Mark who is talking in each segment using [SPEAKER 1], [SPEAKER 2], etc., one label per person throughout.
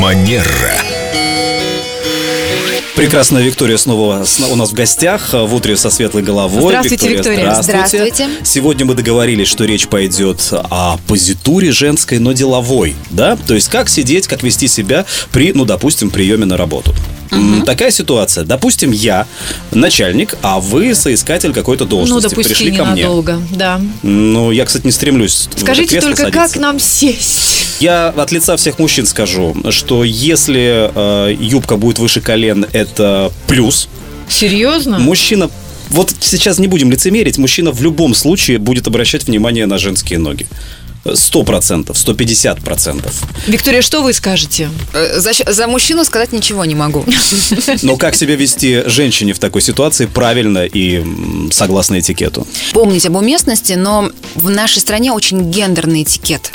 [SPEAKER 1] Премьера.
[SPEAKER 2] Прекрасная Виктория снова с- у нас в гостях э, в утре со светлой головой.
[SPEAKER 3] Здравствуйте, Виктория.
[SPEAKER 2] Здравствуйте.
[SPEAKER 3] Здравствуйте.
[SPEAKER 2] Сегодня мы договорились, что речь пойдет о позитуре женской, но деловой, да? То есть как сидеть, как вести себя при, ну, допустим, приеме на работу. М, Такая ситуация. Допустим, я начальник, а вы соискатель какой-то
[SPEAKER 3] Ну,
[SPEAKER 2] должности.
[SPEAKER 3] допусти
[SPEAKER 2] Пришли ко мне.
[SPEAKER 3] ненадолго, да.
[SPEAKER 2] Ну, я, кстати, не стремлюсь. в это
[SPEAKER 3] Скажите
[SPEAKER 2] кресло
[SPEAKER 3] только,
[SPEAKER 2] садиться.
[SPEAKER 3] как нам сесть?
[SPEAKER 2] Я от лица всех мужчин скажу, что если э, юбка будет выше колен, это плюс.
[SPEAKER 3] Серьезно?
[SPEAKER 2] Мужчина, вот сейчас не будем лицемерить, мужчина в любом случае будет обращать внимание на женские ноги. Сто процентов, сто пятьдесят процентов.
[SPEAKER 3] Виктория, что вы скажете?
[SPEAKER 4] Э, За, щ- за мужчину сказать ничего не могу.
[SPEAKER 2] Но как себя вести женщине в такой ситуации правильно и м, согласно этикету?
[SPEAKER 4] Помнить об уместности, но в нашей стране очень гендерный этикет.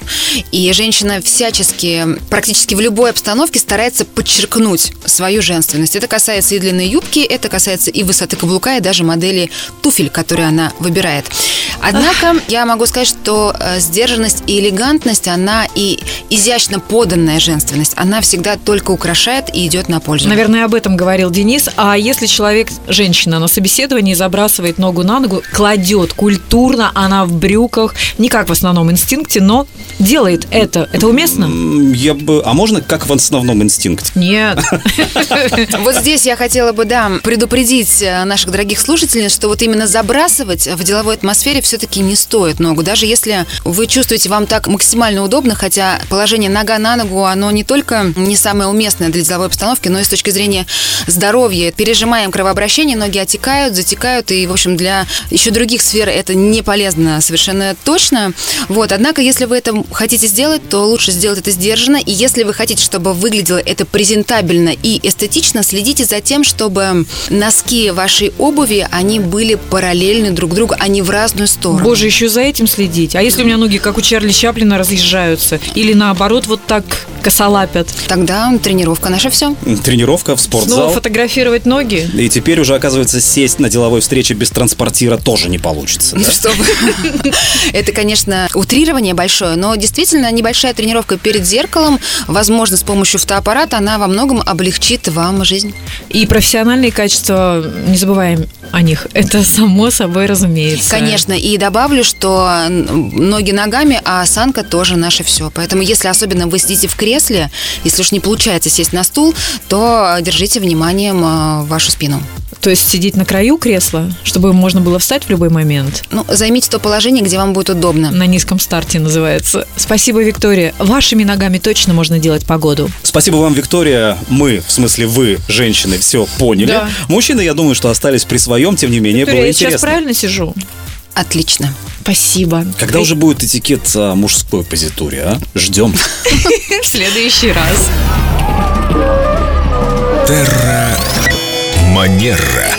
[SPEAKER 4] И женщина всячески, практически в любой обстановке старается подчеркнуть свою женственность. Это касается и длины юбки, это касается и высоты каблука, и даже модели туфель, которые она выбирает. Однако я могу сказать, что э, сдержанность и элегантность, она и изящно поданная женственность, она всегда только украшает и идет на пользу.
[SPEAKER 3] Наверное, об этом говорил Денис. А если человек, женщина, на собеседовании забрасывает ногу на ногу, кладет культурно, она в брюках, не как в основном инстинкте, но делает это. Это уместно?
[SPEAKER 2] М, Я бы, а можно как в основном инстинкт?
[SPEAKER 3] Нет.
[SPEAKER 4] Вот здесь я хотела бы, да, предупредить э, наших дорогих слушателей, что вот именно забрасывать в деловой атмосфере все-таки не стоит ногу. Даже если вы чувствуете вам так максимально удобно, хотя положение нога на ногу, оно не только не самое уместное для деловой обстановки, но и с точки зрения здоровья. Пережимаем кровообращение, ноги отекают, затекают, и, в общем, для еще других сфер это не полезно совершенно точно. Вот, однако, если вы это хотите сделать, то лучше сделать это сдержанно. И если вы хотите, чтобы выглядело это презентабельно и эстетично, следите за тем, чтобы носки вашей обуви, они были параллельны друг другу, а не в разную сторону.
[SPEAKER 3] Боже, еще за этим следить. А если у меня ноги, как у Чарли Чаплина, разъезжаются? Или наоборот, вот так косолапят?
[SPEAKER 4] Тогда тренировка наша все.
[SPEAKER 2] М, Тренировка в
[SPEAKER 3] Снова
[SPEAKER 2] спортзал.
[SPEAKER 3] фотографировать ноги?
[SPEAKER 2] И теперь уже, оказывается, сесть на деловой встрече без транспортира тоже не получится. да?
[SPEAKER 4] Что вы. Это, конечно, утрирование большое, но действительно небольшая тренировка перед зеркалом, возможно, с помощью фотоаппарата, она во многом облегчит вам жизнь.
[SPEAKER 3] И профессиональные качества, не забываем о них, это само собой разумеется.
[SPEAKER 4] Конечно, и добавлю, что н- ноги ногами, а осанка тоже наше все. Поэтому, если особенно вы сидите в кресле, если уж не получается сесть на стул, то держите вниманием э, вашу спину.
[SPEAKER 3] То есть сидеть на краю кресла, чтобы можно было встать в любой момент.
[SPEAKER 4] Ну, займите то положение, где вам будет удобно.
[SPEAKER 3] На низком старте называется. Спасибо, Виктория. Вашими ногами точно можно делать погоду.
[SPEAKER 2] Спасибо вам, Виктория. Мы, в смысле вы, женщины, все поняли.
[SPEAKER 3] Да.
[SPEAKER 2] Мужчины, я думаю, что остались при своем, тем не менее,
[SPEAKER 3] Виктория,
[SPEAKER 2] было
[SPEAKER 3] я сейчас
[SPEAKER 2] интересно.
[SPEAKER 3] правильно сижу?
[SPEAKER 4] Отлично.
[SPEAKER 3] Спасибо.
[SPEAKER 2] Когда уже будет этикет о мужской позитуре, а? Ждем.
[SPEAKER 3] в следующий раз?
[SPEAKER 1] Манера.